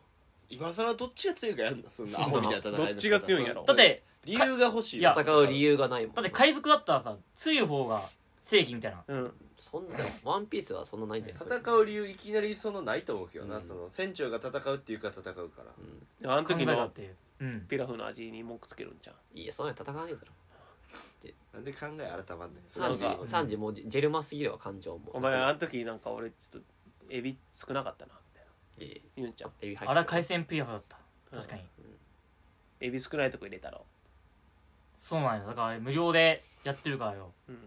E: 今さらどっちが強いかやんなそんなアホみたいな戦いの仕方
D: どっちが強いんやろ
B: だって
E: 理由が欲しい
B: いや
C: 戦う理由がないもん
B: だって海賊だったらさ強い方が正義みたいな
D: うん
C: そんなワンピースはそんなないんじゃない
E: 戦う理由いきなりそのないと思うけどな、
C: うん
E: その船長が戦うっていうか戦うから、
D: あの
B: 考え
D: 時
B: だっ
D: の
B: ていううん
D: ピラフの味に文句つけるんじゃん
C: いやそんなに戦わないだろ
E: なんで考え改まんねん
C: 3
D: なん
C: 時三時もうジェルマすぎるわ感情も
D: お前あの時なんか俺ちょっとエビ少なかったなみたいない
C: い
D: 言うんじゃん
C: エビ入
B: あら海鮮ピラフだった確かに
D: エビ少ないとこ入れたろ
B: そうなんよだからあれ無料でやってるからよ
D: うん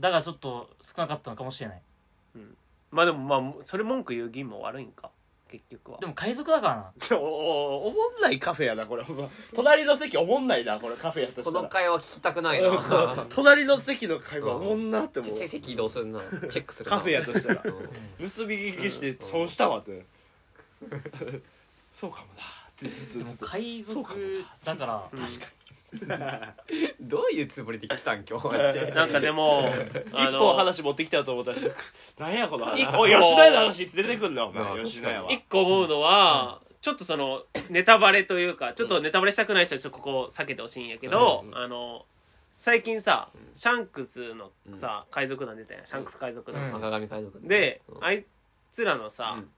B: だからちょっと少なかったのかもしれない
D: まあでもまあそれ文句言う銀も悪いんか結局は
B: でも海賊だからな
E: [laughs] おおおもんないカフェやなこれ [laughs] ほんま隣の席おもんないなこれカフェやと
C: こ
E: した
C: の
E: ら
C: 会話聞きたくない
E: うんこ
C: な
E: う [laughs] 隣の席の会話おもんなって思う
C: 席移動する
E: [laughs]
C: なチェックするな
E: カフェやとしたら
C: うん
E: 結び聞きして損したわって [laughs] そうかもなずつ
B: でも
E: ずつ
B: 海
E: そうかも
B: 賊だから確か
C: どういうつもりで来たん今日マジで
D: なんかでも
E: 一
D: の
E: 本話持ってきたと思ったら [laughs] 何やこの話
D: 一個
E: おい吉野家の話いつ出てくんだお
C: まあ
E: 前吉野家は
D: 一個思うのは、ちょっとそのネタバレというかちょっとネタバレしたくない人はちょっとここ避けてほしいんやけど、あの最近さ、シャンクスのさ、海賊団出たやんシャンクス海賊団、
B: うん
C: 赤髪海賊
D: で、
C: うん
D: あいつらのさ、
C: うん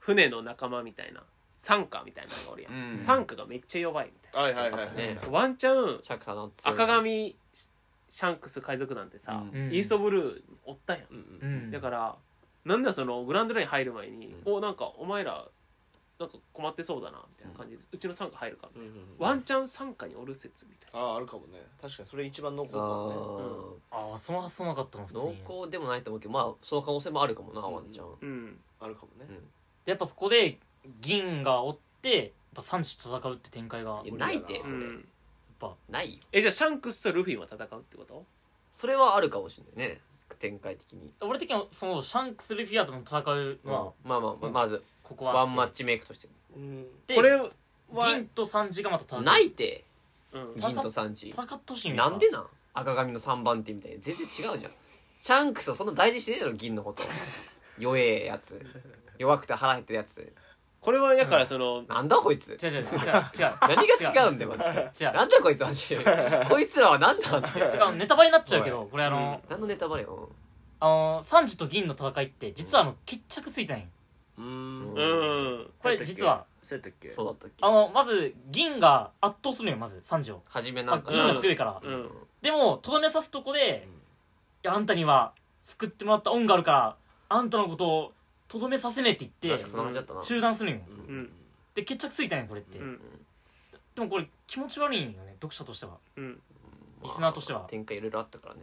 D: 船の仲間みたいな傘下みたいなのがおるやん、
C: うん
D: 傘下がめっちゃ弱いみたい
E: はいはいはい
C: あったね
D: な、ワンチャン
C: シャークさんの強い
D: 赤髪シシャンクス海賊団ってさ、
C: うん
B: に
D: イーストブルーにおったやん、
C: うんうん
B: うん
D: だからなんだそのグラウンドライン入る前に、おなんかお前らなんか困ってそうだなみたいな感じで、うちの傘下入るか、
E: うんうんうん
D: ワンチャン傘下におる説みたい
E: あああるかもね確かにそれ一番濃厚
C: あ
E: かもね
C: ー
B: ああその発想なかったの普通に
C: 濃厚でもないと思うけどまあその可能性もあるかもなワンちゃん
D: な、うん、
E: あるかもね
B: でやっぱそこで銀が追ってやっぱ三種と戦うって展開が
C: いやないてそれ
D: うん
B: やっ
C: ないよ
D: えじゃあシャンクスとルフィは戦うってこと
C: それはあるかもしれないね展開的に
B: ぱ俺的にはそのシャンクス・ルフィアとの戦う
C: まあ
B: のは
C: まあまあまず
B: ここは
C: ワンマ
B: あ
C: ッ
B: って
C: チメイクとして
E: うん
B: で
D: これは、
B: 銀と三次がまた戦う
C: ないて
D: うん、
C: 銀とサンチ
B: 戦ってほしいよ
C: なんでなん赤髪の3番手みたいに全然違うじゃんシャンクスをそんな大事にしてねえだろ銀
B: [laughs]
C: のこと弱えやつ弱くて腹減ってるやつ
D: これはだからその、
C: なんだこいつ
B: 違う違う違う違う
C: [laughs] 何が違うんだよマジで
B: 違う
C: なんだこいつマジで
B: [laughs]
C: こいつらはなんだマジ
B: だ
C: で
B: からネタバレになっちゃうけどこれあの、
C: 何のネタバレよ
B: あのー、サンジと銀の戦いって実はあの決着ついたんよ
E: うん
D: う
C: うん
D: ん、
B: これ実は
E: そうやったっけ
C: そうだったっけ
B: あのまず銀が圧倒するのよまずサンジを、
C: 初めな
B: ま
C: ん
B: あ、
C: か
B: 銀が強いから、
D: うん、
B: でもとどめ刺すとこで、いやあんたには救ってもらった恩があるからあんたのことをとどめさせねえって言って
C: 確かその話だったな
B: 中断するんよ
E: う
D: うんん
B: で決着ついたんよこれって、
D: うん
B: でもこれ気持ち悪いんよね読者としては
D: うん
B: リスナーとしては
C: まあ展開いろいろあったからね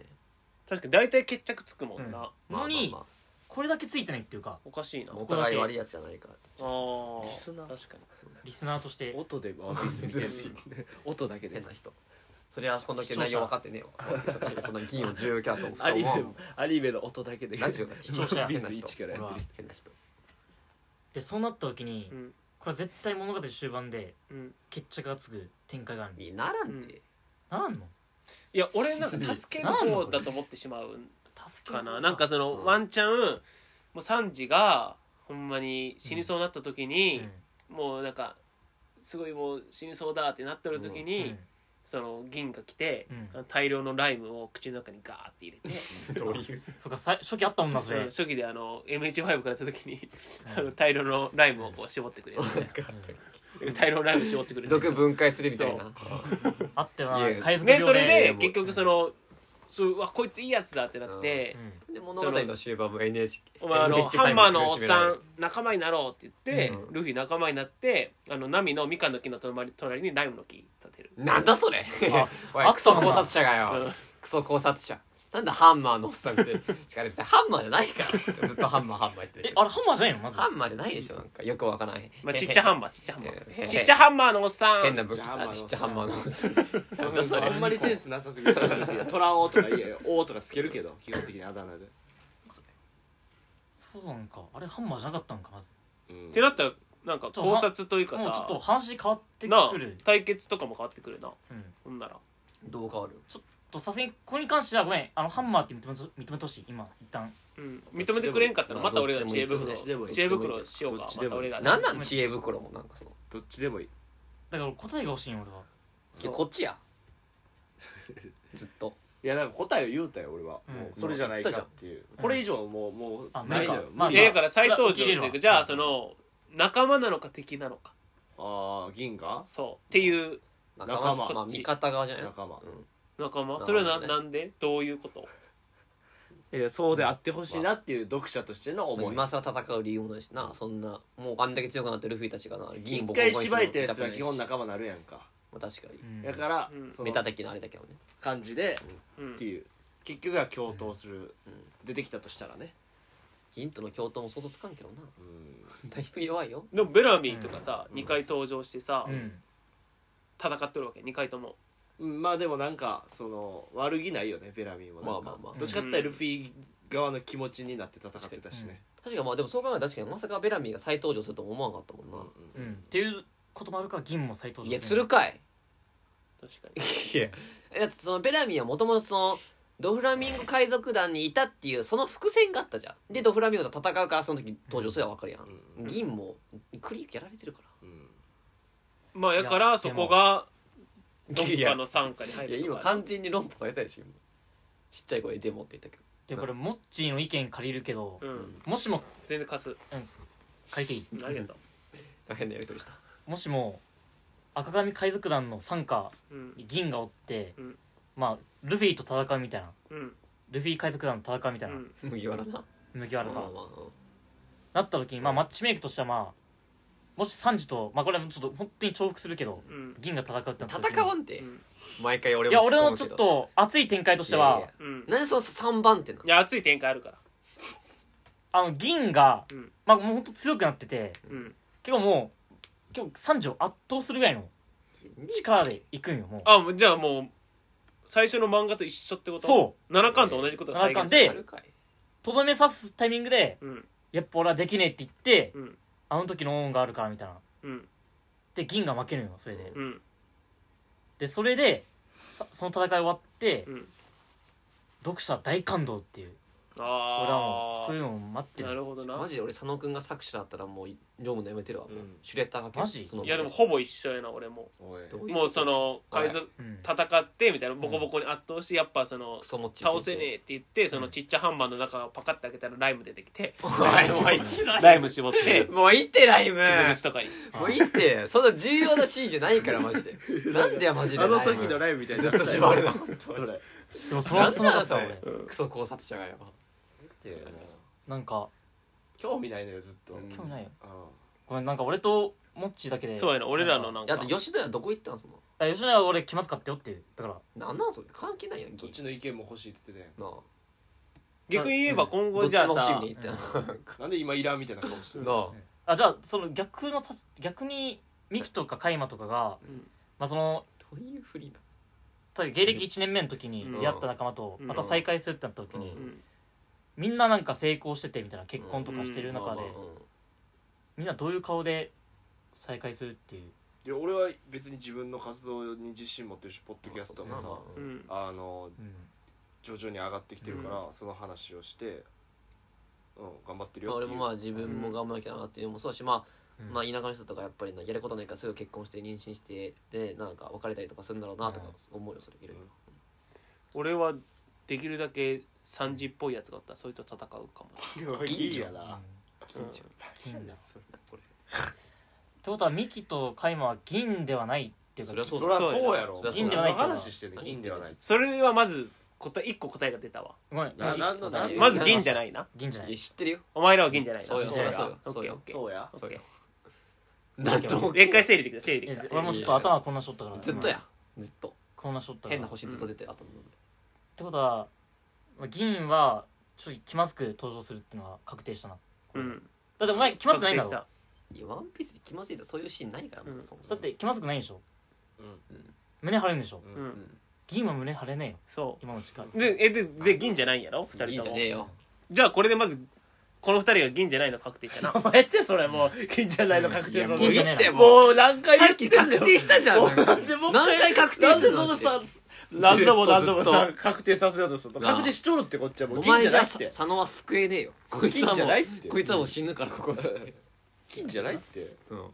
D: 確かに大体決着つくもんな、
B: うん
C: まあ
B: のに
C: まあま
B: これだけついてないっていうか
D: おかしいな
C: あ
D: あ
C: お互い悪いやつじゃないから
D: ー
E: リスナー
D: 確かに
B: リスナーとして
E: 音でワンピース見てるし音だけで
C: [laughs] 変な人そりゃこんだけ内容分かってねえわ
B: [laughs]
C: その銀を重要キャラと思って
E: ア
C: た
E: ニ
C: も
E: メ
C: ん
E: アニメの音だけで
C: ラジオだけ
B: 視聴者や
E: ワンピース一からやってる
C: 変な人
B: でそうなった時に、
D: うん
B: これは絶対物語終盤で
D: うん
B: 決着がつく展開があるの
C: にならんて、
B: ならんの
D: いや俺なんか助ける方だと思ってしまう
B: 助け
D: か
B: る
D: ななんかそのワンチャンもうサンジがほんまに死にそうになった時
B: う
D: に
B: ん、
D: もうなんかすごいもう死にそうだってなってる時に、その銀が来て、
B: うん
D: あの大量のライムを口の中にガーって入れて、
C: どういう
B: そっかさ初期あったもんなそ
D: その
B: れ
D: 初期であの MH5 からやった時に、
B: う
D: [laughs] あ
B: ん
D: の大量のライムをこう絞ってくれる大量のライム絞ってくれる
C: 毒分解するみたいな
B: あったよない
E: や
B: 海賊
D: ね、
B: 病
D: それで
B: うん
D: 結局そのそううわこいついいやつだってなって、
C: で物語の終盤も NHK
D: お前あの
C: NHK
D: ハンマーのおっ
C: 苦しめら
D: さ
C: れ
D: ん
C: る
D: 仲間になろうって言って、
C: うん
D: ルフィ仲間になってあのナミのみかんの木の隣隣にライムの木立てる
C: なんだそれ
B: あ
C: お
B: あ
C: い
B: っ
C: クソ
B: たんだ
C: 考察者
D: う
C: がよ
D: ん
C: クソ考察者なんだハンマーのおっさんってしかも別にハンマーじゃないからずっとハンマーハンマー言って
B: え
C: る
B: あれハンマーじゃないのまず
C: ハンマーじゃないでしょなんかよくわからない
D: まあ、ちっちゃハンマーちっちゃハンマ
C: へへ
D: ーちっちゃハンマーのおっさん
C: 変な
E: ち
C: 武
E: っ
C: 器
E: ちゃハ
C: あ
E: ンマーのおっ
C: ちっ
E: さん
C: ちゃハンマーのおっさんなん
E: [laughs]
C: だそれ
E: あんまりセンスなさすぎるトラオとか [laughs] いやオとかつけるけど基本的にあだ名で
B: そうなんかあれハンマーじゃなかったんかまず
E: うん
D: ってなったらなんか考察というか
B: もうちょ
D: さ
B: っと話変わって
D: なあ
B: くる
D: 対決とかも変わってくるな
B: うん
D: ほんなら
C: どう変わる
B: とさすがにこれに関してはごめんあのハンマーって認めと認めてほしい今一旦
D: うん、認めてくれんかったらまた俺が知恵
C: ど
D: 袋
C: っ
E: ちでもいい
D: 知恵袋しよう
E: ど
D: か
E: っちで
D: ま
E: も
D: た俺
E: いい
D: が
C: なんなん知恵袋もなんかその
E: どっちでもいい
B: だから俺答えが欲しいん俺は
D: そう
C: こっちやずっと
E: いやなんか答えを言うたよ俺は、
B: うん
E: もうそれじゃないかっていう、
B: うん
E: これ以上もうもう
B: あ
E: ないのよ
B: 無理かまあ
E: 無
D: い
E: 理
D: や
E: よ
D: だから再登場って
B: それは
D: いう
B: 受け入れる
D: か
B: わ
D: じゃあその仲間なのか敵なのか
E: ああ銀河
D: そうっていう
C: 仲
E: 仲
C: 間
E: 間
C: まあ味方側じゃない
E: 仲間
C: うん
D: 仲間
C: 間
D: それは
C: で
D: な
C: すね
D: なんでどういうこと
E: いやそうであってほしいなっていう読者としての思い、
C: 今さら戦う理由もないしなそんなもうあんだけ強くなってルフィたちがな銀
E: 一
C: ボコボコに
E: 回
C: する
E: 縛いたやつ
C: 痛くな
E: は
C: いし
E: 基本仲間なるやんか、
C: まあ確かに
B: うん
E: だから、
D: うん
E: その
C: メタ的なあれだけどね
E: 感じで
D: う
E: っ
D: ん
E: ていう結局は共闘する、出てきたとしたらね
C: 銀との共闘も相当つかんけどな
E: うん
C: だいぶ弱いよ
D: でもベラミーとかさ、二2回登場してさ、
B: うん
D: 戦ってるわけ2回とも
A: うんまあでもなんかその悪気ないよねベラミーもなん
C: まあま
A: か
C: あまあ
A: どっちかって言ったらルフィ側の気持ちになって戦ってたしね、
C: 確かまあでもそう考えたら確かにまさかベラミーが再登場するとも思わなかったもん
A: う
C: な、
A: んうん
B: うんっていうこともあるから銀も再登
C: い
B: 場
C: や
B: する
C: 鶴かい
D: 確かに
C: いやだってそのベラミーはもともとそのドフラミンゴ海賊団にいたっていうその伏線があったじゃんでドフラミンゴと戦うからその時登場すれば分かるやん、
A: うん
C: 銀もクリークやられてるか
D: まあやか
B: いや
D: らそこがど
C: ら
D: っかの傘下に入
C: い
D: る
C: や今
D: とか
C: 完全に論破されたでしょ今ちっちゃい声でもって言ったけど
B: でこれモッチーの意見借りるけど
D: うん
B: もしも
D: 全然貸す
B: 借りていい
D: ありがと
C: 大変なやりと [laughs] りした
B: もしも赤髪海賊団の傘下
D: ううん
B: に銀がおって、
D: うん
B: まあルフィと戦うみたいな
D: うん
B: ルフィ海賊団と戦うみた
D: う
B: いなん
C: 麦わらな
B: 麦わら
C: ま
B: か、
C: あまあ
B: なった時に、まあ、マッチメイクとしてはまあもしサンジと、まあ、これはちょっと本当に重複するけど
D: うん
B: 銀が戦うってなった時に
C: 戦わんて、
D: うん
C: 毎回俺
B: い
C: も
B: や
C: 突
B: 俺
C: っ込
B: の
C: む
B: ち
C: け
B: ょっ
C: ど
B: と熱い展開としてはい
C: やいや
D: うん
C: なんでその3番ってない
D: や熱い展開あるから
B: あの銀が、
D: うん
B: まあ、もう本当強くなってて
D: うん
B: 結構もう結構サンジを圧倒するぐらいの力でいくんよもう
D: あもうじゃあもう最初の漫画と一緒ってこと
B: そう
D: 7巻と同じことが再現
B: 七巻で
C: あるかい
B: とどめ刺すタイミングで
D: うん
B: やっぱ俺はできねえって言って、
D: うん
B: あの時の恩があるからみたいな
D: うん
B: で銀が負けるんよそれで
D: うん
B: でそれでさその戦い終わって、
D: うん
B: 読者は大感動っていう俺はも
D: あ
B: うそういう
D: あ
B: のを待って
D: な
B: る
D: るほどな
C: マジで俺佐野くんが作詞だったらもう読むのやめてるわ、もう
A: うん
C: シュレッダーかける
B: マジ
C: その
D: いやでもほぼ一緒やな俺も
E: おい
C: どい
D: もうその海賊
B: うん
D: 戦ってみたいなボコボコに圧倒してやっぱその
C: クソモッチ
D: 倒せねえって言ってそのちっちゃハンマーの中をパカッて開けたらライム出てきて [laughs]
C: おいもうい
A: ライム絞って
C: もういいってライム
D: 傷口とかに
C: もういいってそんな重要なシーンじゃないからマジ [laughs] でなんでやマジで
E: あの時
C: ラ
E: の
C: イ
E: ライブみたい
C: ム
E: な
C: ずっと縛るの
E: そ
A: [laughs]
E: れ
B: でもそ
C: な
B: の
C: ん
B: その
C: だ
B: かった
C: そ
B: わ
C: れ
B: 俺
C: クソ考察者がよ
B: なんか
A: 興味ないのよずっと、
B: 興味ないよ
E: あ
B: ごめんなんか俺とモッチーだけで
D: そうやな俺らの
B: な
D: なん
C: あ
D: か
C: と吉野家どこ行ったんその
B: あ吉野家は俺気まずかったよっていうだから
C: なんなんそれ関係ないやん
A: そっ
C: 銀
A: ちの意見も欲しいって言ってたやん
C: なあ
D: 逆に言えば今
C: ど
D: 後
C: っち
D: じゃ
C: も
D: あ
C: 欲し
D: さ
C: いみたいな
A: なんで今いらんみたいな顔してる
C: なあ
B: あじゃあその逆のた逆にミキとかカイマとかが、
D: うん
B: まあその
C: どういうふりな
B: 多分芸歴1年目の時に
D: うん
B: 出会った仲間と
D: うん
B: また再会するってなった時に、
C: う
D: うん
B: みんななんか成功しててみたいな結婚とかしてる
C: の
B: 中で、
C: まあまあうん
B: みんなどういう顔で再会するっていう
A: いや俺は別に自分の活動に自信持ってるしポッドキャストもさ、
C: まあま
D: う
C: あ
D: ん
A: あの徐々に上がってきてるから、その話をして、うん、頑張ってる
C: まあ
A: よっ
C: 俺
A: ていう
C: もまあ自分も頑張らなきゃなっていうのもそうだしまあ、
B: うん
C: まあ田舎の人とかやっぱりなやることないからすぐ結婚して妊娠してでなんか別れたりとかするんだろうなとか思うよそれいろいろ
D: 俺はできるだけ3時っぽいやつがおったらそいつと戦うかも
E: いいやな
D: うん
B: 金だっ
C: それこれ
B: てことはミキとカイマは銀ではないっていうか
C: そりゃそう
E: そ
C: だ
E: りゃそうやろ
C: そりゃそう
B: 銀ではないけど
E: 話してんね銀ではない
D: それはまず答え1個答えが出たわ
B: ごめん
E: ななんのなんの
D: まず銀じゃないな
B: 銀じゃないい
C: や知ってるよ
D: お前らは銀じゃないな
C: そうよ
B: そうよ
D: オッ
C: そ
D: ケーオ
C: うよ
D: ッケー
A: そうや
D: オッ
C: そう
D: ケ
C: よ
D: ー
C: なんとも
D: で一回整理できた整理
B: い
D: で
B: や
D: きた
B: 俺もちょっと頭こんなしとったから
C: ずっとやずっと
B: こんなしとったから
C: 変な星ずっと出てる頭の中で
B: ってことはまあ銀はちょっと気まずく登場するっていうのは確定したな
D: うん
B: だってお前気まずくないんだろだ
C: いやワンピースで気まずいとそういうシーンないからも
D: う
C: うんそもそ
B: っ
C: も
B: て気まずくないんでしょ
A: うん
B: 胸張れるんでしょ
A: うん
D: う
C: うんん
B: 銀は胸張れねえよ
D: そ
B: 今の力
D: うでえでで銀じゃないんやろ2
C: 銀
D: 人
C: じ
D: と
C: ゃ
D: も
C: ねえよ
D: じゃあこれでまずこの2人が銀じゃないの確定したな
A: お前ってそれもう銀じゃないの確定
C: いやもう
B: 銀じゃねえ
C: 言って
B: よ
C: もう
A: う何回
C: さっき確定したじゃん
A: なんでもう一
C: 何回確定
A: なん
C: する
A: で
C: の
A: その
C: マ
A: さ何度も何度も
C: ずっと
A: さ確定させようとするの
C: なあ
A: 確定しとるってこっちはもう
C: ジでお
A: 銀
C: 前
A: じ
C: じ
A: ゃ
C: ゃ
A: ない
C: あ
A: っ
C: さ
A: て
C: 佐野は救えね [laughs] えよこいつ
A: 銀
C: は
A: じ
C: も
A: ゃ
C: う
A: ないって
C: こいつはもう死ぬからここで
A: 金じゃないって
C: うん
B: っ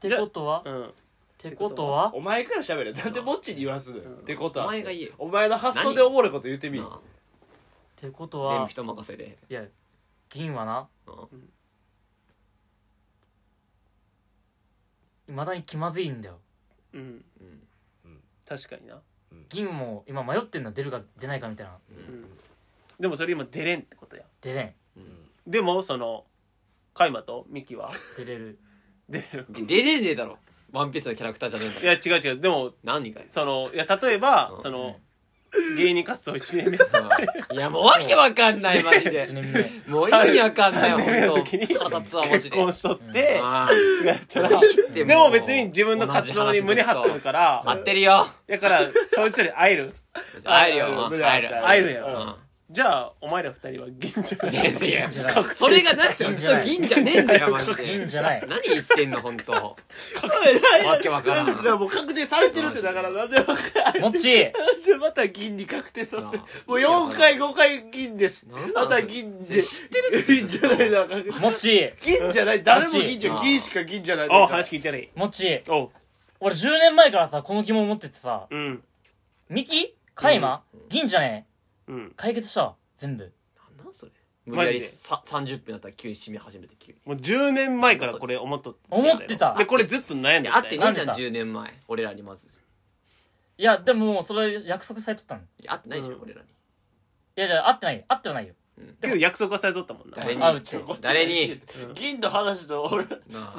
B: てことはっ
D: うん
B: てことは
A: お前から喋れなんでぼっちに言わすのよってことは
C: お前が言えよ
A: お前の発想でおもろいこと言ってみ
C: なあ
B: ってこと
C: 全部
B: は
C: 人任せで
B: いや銀はな
C: う
B: いまだに気まずいんだよ
D: うん
C: ん
D: 確かにな
B: 銀も今迷ってんだ出るか出ないかみたいな
D: うんでもそれ今出れんってことや
B: 出れん
D: でもそのカイマとミキは
B: 出れる
D: 出れる [laughs]
C: で出れねえだろ [laughs] ワンピースのキャラクターじゃねえんだ
D: い
C: から
D: や違う違うでも
C: 何かよ
D: そのいや例えば
C: うん
D: その芸人活動1年目やった
C: [laughs] いや、もうわけわかん [laughs] ない、マジで
B: 1。年目
C: もう意味わかんない、
D: 3年目の
C: ほん
D: 時
C: と
D: に。
C: 腹立つわ、マジ
D: 結
C: で。
D: 婚しとって、
C: あ
D: やったら
C: ー
D: でも別に自分の活動に胸張ってるから、
C: 合ってるよ。
D: だから、そいつらに会える。
C: 会えるよ
D: うん、
C: 会える。
D: 会えるやん
C: うん。
D: じゃあ、お前ら二人は銀じゃない
C: いやいや
B: じゃない
C: それがなくてずっと銀じゃねえんだよ、マジ
B: いいん
C: で。
B: じゃない
C: 何言ってんの、ほんと。わけわからん。
E: だからもう確定されてるってだからなんでわかん
B: もっちー
E: なんでまた銀に確定させる
C: なあ
E: もう4回5回銀です
C: なんなん
E: また銀で
C: 知
E: 銀じゃないな確定
B: もっち
E: 銀じゃない誰も銀じゃ
C: あ
E: な
C: っ
E: い
C: ち
E: 銀しか銀じゃない
D: お話聞いてない。
B: ーもっちー
D: おう。
B: 俺10年前からさこの疑問持っててさ
D: うん。
B: ミキカイマ銀じゃね
D: うん
B: え。解決したわ全部
C: なんそれ無理やり
D: マジで
C: さ30分だったら急に締め始めて急に。
D: もう10年前からこれ思っとった
B: 思ってた
D: で、これずっと悩ん
C: い
D: で
C: や、
D: た
C: あってねえじゃん、10年前。俺らにまず。
B: いやでももうそれ約束されとったのい
C: いや、あってないじゃん、俺らに。
B: やじゃあ会ってないよ会ってはないよ
D: けど約束はされとったもんな。
C: 誰に
B: 会うって
C: 誰に
E: 銀の話と俺こ
C: な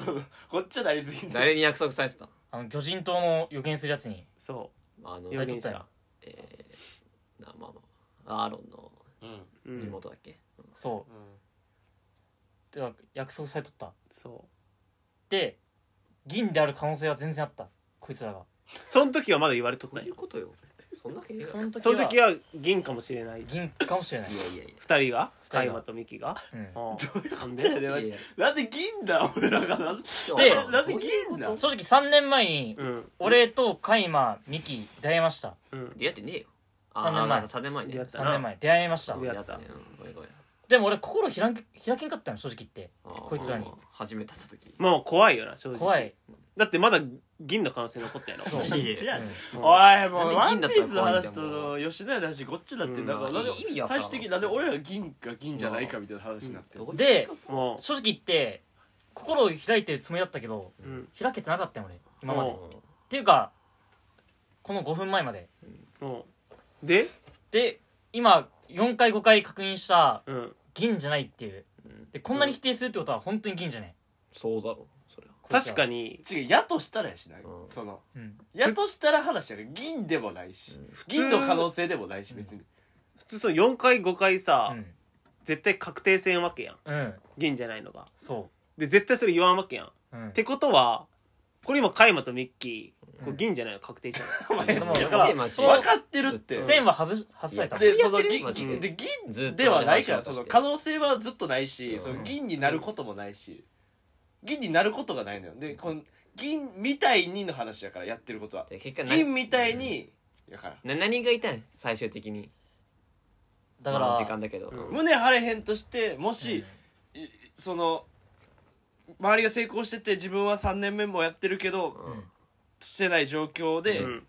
C: あ
E: っちはなりすぎて
C: 誰に約束されてたの
B: あの魚人島の予言するやつに
D: そ
C: あの
D: う。予
B: やれと
D: 言
B: っ
D: 者
B: たよ
C: なあまあまあアーロンの
E: うん
D: うん
C: 妹だっけ、
B: そうてか約束されとった
D: そう。
B: で銀である可能性は全然あったこいつらが
D: その時はまだ言われとっ
C: ど
D: た
C: うい
D: よ
C: う。ことよそんなわけねえよ
B: その時は
D: その時は銀かもしれない。
B: 銀かもしれない
C: いやいやいや
D: 二人が
B: 人が
D: カイマとミキが。
B: うん
D: どういうこと
E: いやマジ
C: いやい
E: なんで銀だ俺らがなんで
B: で
E: なんで銀だ
B: 正直3年前に
D: うん。
B: 俺とカイマミキ出会いました
D: うん。
C: 出会ってねえよ
B: 三年前
C: 3年前ね
D: 出会った
B: 3年前出会いました
D: 出会
C: 出
D: っ
C: 会
D: た
C: ったねうんごめんごめん
B: でも俺心開け開けんかったの正直言って
C: あー
B: こいつらに
C: まあまあ初めて会った時
D: まあ怖いよな、正直。
B: 怖い。
D: だってまだ銀の可能性残ったやろ。
B: そう
C: いや
E: おいもうワ
C: なんで銀だったら怖いん
E: ン
C: だもん
E: ピースの話と吉野家の話こっちだってだからなんで
C: 意味わからん
E: 最終的になんで俺ら銀か銀じゃないかみたいな話になって
C: どこ
B: で
D: も
B: 正直言って心を開いてるつもりだったけど
D: う。うん。
B: 開けてなかったよ俺今までっ
D: も
B: ていうかこの5分前まで
D: もう。で、
B: で今4回5回確認した
D: うん。
B: 銀じゃないっていうでこんなに否定するってことは本当に銀じゃね
C: そうだろそれは
B: え
D: 確かに、
E: 違うやとしたらやしない
C: うん
E: その
B: うん
E: やとしたら話やね銀でもないし銀の可能性でもないし別に
D: 普通その4回5回さ、
B: うん
D: 絶対確定せんわけやん。
B: うん
D: 銀じゃないのが。
B: そ
D: で、絶対それ言わんわけやん。っ
B: ううん
D: てことは、これ今、カイマとミッキー、これ銀じゃないの確定したの。
E: 前
B: でも
C: だ
B: だ
C: か
B: からら
C: マジ
B: そう
E: 分かってるって
B: 線は外し外された
C: いや
E: でその銀
C: マジで
E: 銀で
C: ずっと
E: 銀ではないから
C: 話を
E: そ
C: して
E: の可能性はずっとないしその銀になることもないし銀になることがないのよでこの銀みたいにの話やからやってることは
C: で結果な
E: 銀みたいにやから
C: な何が言いたいん最終的に
B: だか
C: まあ時間
B: ら
C: だけど、
D: ん
C: うん
E: 胸張れへんとしてもし、いその周りが成功してて自分は3年目もやってるけど、
C: ん
E: してない状況で、
D: うん。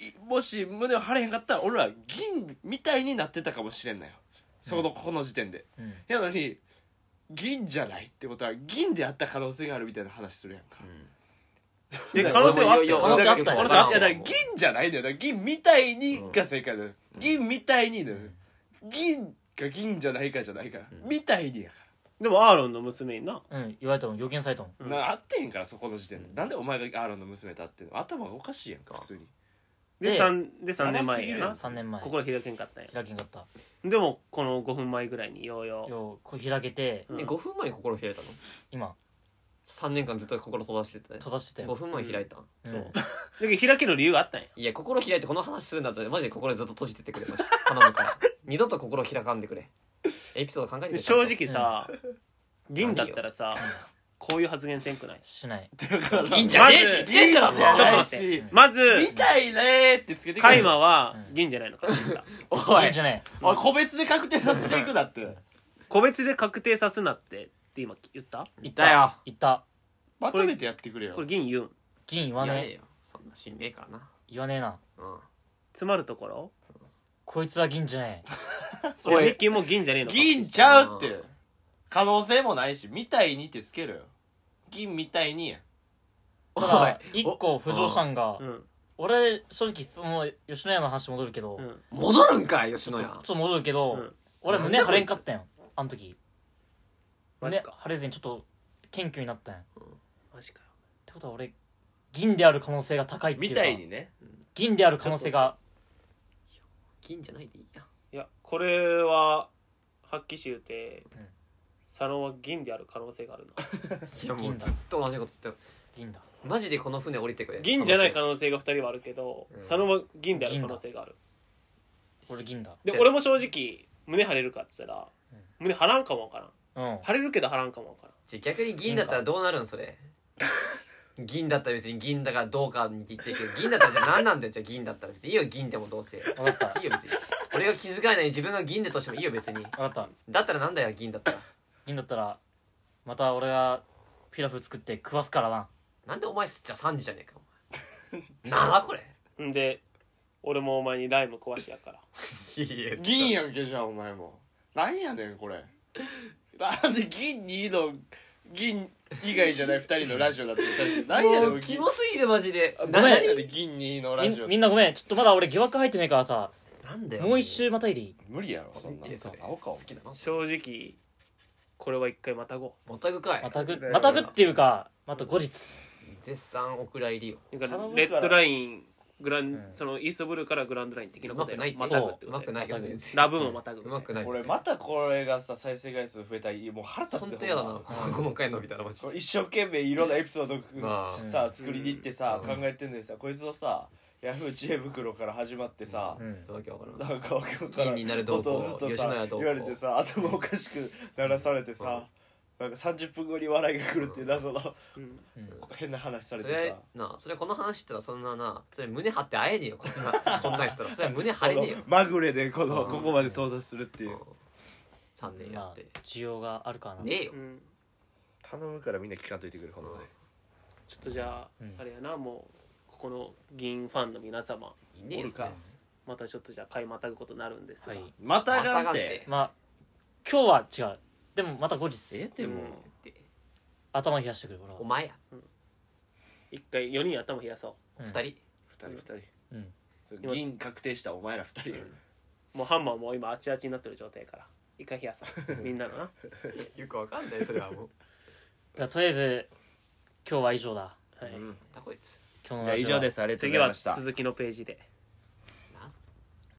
E: いもし胸を張れへんかったら俺ら銀みたいになってたかもしれんなよその、この時点で
B: うん
E: やのに銀じゃないってことは銀であった可能性があるみたいな話するやんか、
D: で、
E: だ
D: 可
E: から
D: 能性はあった
C: いやいや
D: よ
B: 可能性あったよ
E: だ
B: だ
E: か
B: からら
E: いやだから銀じゃないんだよだから銀みたいにが正解だよ、銀みたいにだよ、銀か銀じゃないかじゃないから、みたいにやから
D: でも、アーロンの娘にな。
B: うん言われたの予言されたの
E: な合ってへんからそこの時点で、なんでお前がアーロンの娘と会ってんの頭がおかしいやんか普通に
D: で、
B: で
D: 3、で、三年前や
E: 甘
D: な。
E: す
B: 3年前
D: 心開けんかったんや。
B: 開けんかった
D: でも、この5分前ぐらいに、ようよう。
B: ようこう開けて
D: うん
C: え5分前に心開いたの
B: 今
C: 3年間ずっと心閉ざしてたね
B: 閉ざしてた
C: 5
B: よ
C: 分前に開いたん
B: うん
D: そう。だけど、開ける理由があったんや。
C: いや、心開いてこの話するんだったら、マジで心ずっと閉じててくれ。マジ頼むから。二度と心開かんでくれ。エピソード考えて
D: で
C: ね
D: 正。直さ、銀だったらさ、こういう発言せんくない
B: しない
C: 銀じゃねえって言ってんだろ、
E: 銀じ
D: ちょ
E: ゃ
D: っ
E: な
D: と
E: い
D: 待って
E: し。
D: まず、
E: みたいねーってつけてく
D: カイ
E: れ
D: マは銀じゃないの確定した。
C: おい
B: 銀じ。ゃね
E: おい個別で確定させていくだって
D: 個別で確定さすなって、って今言った
B: え言っ
C: だよ
B: 言った
E: まとめてやってくれよ
D: これ銀言うん。
B: 銀言わ
C: 言わね
B: ね
C: え
B: え
C: よ。そんな死んねえからな。
B: 言わねえな
C: うん。
D: 詰まるところ
B: こいつは銀じゃね
D: で
C: おい
D: ミッキーも銀じゃねえのか
E: 銀ちゃうって可能性もないしみたいにってつけるよ銀みたいにや
B: え
C: お
B: ただ1個浮上したんが
D: うん
B: 俺正直その吉野家の話戻るけど
D: う
B: ちょ
D: ん
C: 戻るんかい、吉野家
B: っ。と戻るけ
D: う
B: ど
D: ん
B: 俺胸張れんかったよあの時
D: マジ
B: 胸
D: か
B: 張れずにちょっと謙虚になったんよっ
D: マジかよ
B: てことは俺銀である可能性が高いってい
E: み
B: うか
E: たいにね
B: 銀である可能性が
C: 銀じゃないでいいや
D: いやこれは発揮し言うて、
B: うん
D: 佐野は銀である可能性があるない [laughs]
C: やもう
B: 銀だ
C: ずっと同じこと言って
B: 銀だ
C: マジでこの船降りてくれ
D: 銀じゃない可能性が2人はあるけど、
C: うん
D: 佐野は銀である可能性がある
B: 俺銀だ
D: で
C: じゃあ
D: 俺も正直胸張れるかっつったら、胸張らんかもわからん
B: うん
D: 張れるけど張らんかもわからん
C: じゃあ逆に銀だったらどうなるんそれ銀だったら別に銀だからどうかに言ってるけど銀だったらじゃあ何なんだよじゃあ銀だったら別にいいよ銀でもどうせいいよ
B: 分かった
C: 別に俺が気づかないのに自分が銀でとしてもいいよ別に
B: 分かった
C: だったらなんだよ銀だったら
B: 銀だったらまた俺がピラフ作って食わすからな
C: なんでお前じゃあ3時じゃねえかお前なあこれ
D: んで俺もお前にライム壊してやっから
E: 銀やんけじゃんお前もなんやねんこれなんで銀にの銀以外じゃない2人のラジオだってさ何やね
C: も
E: ん
C: うキモすぎるマジで
E: 何
B: めん
E: やねん銀にのラジオ
B: みみんなごめんちょっとまだ俺疑惑入ってねえからさ
C: なんだよ
B: もう一周またいでいい
E: 無理やろそんな
C: 見てそれ
E: 青か
C: 好
E: お前
C: きなの
D: 正直これは一回またご
C: またぐかい
B: またぐ
F: だよ
B: またぐっていうかまた後日
C: 絶賛お蔵入りよ
D: うだから
E: 頼むから
D: レッドライングラン、
B: うん
D: そのイーストブルーからグランドライン的な
C: う
D: こ
C: ま
D: と
C: く
D: や
C: ない
D: ろ
C: っ
D: ま
C: て
D: た
C: ま
B: そ
D: ぐ
B: う
D: ってこ
C: う
D: と
C: まくないよ全然
D: ラブーンをまたぐ
C: うまくない
E: 俺またこれがさ再生回数増えたらもう腹立
C: ほん
E: つ
C: と
E: で
C: やだ
E: ほ
C: なん
E: ま
C: この回伸びたらマジで
E: 一生懸命いろんなエピソード
C: あー
E: さ作りに行ってさ
C: うん
E: 考えてんのにさこいつのさヤフー知恵袋から始まってさ
B: うん
C: わけわからん
E: なんかわけわから
C: 銀になるどうこう
E: ことをずっと
C: 吉野
E: さ
C: 家どうこう
E: 言われてさ頭おかしくならされてさなんか30分後に笑いが来るっていう謎の
D: うん
E: 変な話され
C: そ
E: て
C: れ
E: さ
C: なあそれこの話したらそんななそれ胸張って会えねえよこんなこんなんしたらそれは胸張れねえよ
E: このまぐれでこの
C: うん
E: ここまで到達するっていう
C: 3年や
B: ま
C: っ
B: あ
C: て
B: 需要があるからな
C: ねえよ
D: うん
E: 頼むからみんな聞かんといてくれ本当に
D: ちょっとじゃあ、
B: うん
D: あれやなもうここの銀ファンの皆様
C: いねえよ
E: おるか
C: そんなやつ
D: またちょっとじゃあ買いまたぐことになるんですが、
B: はい
E: ま
C: ま
E: た
C: た
E: が
C: が
E: ん
C: ん
E: て
C: て
B: まあ今日は違うでもまた後日
E: でも
B: 頭冷やしてくる俺は
C: お前や
D: 一回4人頭冷やそ
B: うん
C: 2人
E: 二人二人
B: うん
E: そう銀確定したお前ら二人
D: うもうハンマーも今あちあちになってる状態やから一回冷や
C: [laughs]
D: そうみんなのな
C: よくわかんないそれはもう
B: だからとりあえず今日は以上だ
D: はい
E: うん
C: たこいつ
B: 今日の
E: じゃ
B: 話
E: あ
B: は
E: 以上ですありがとう
D: 次
E: ござい
D: は
E: ました
D: 続きのページで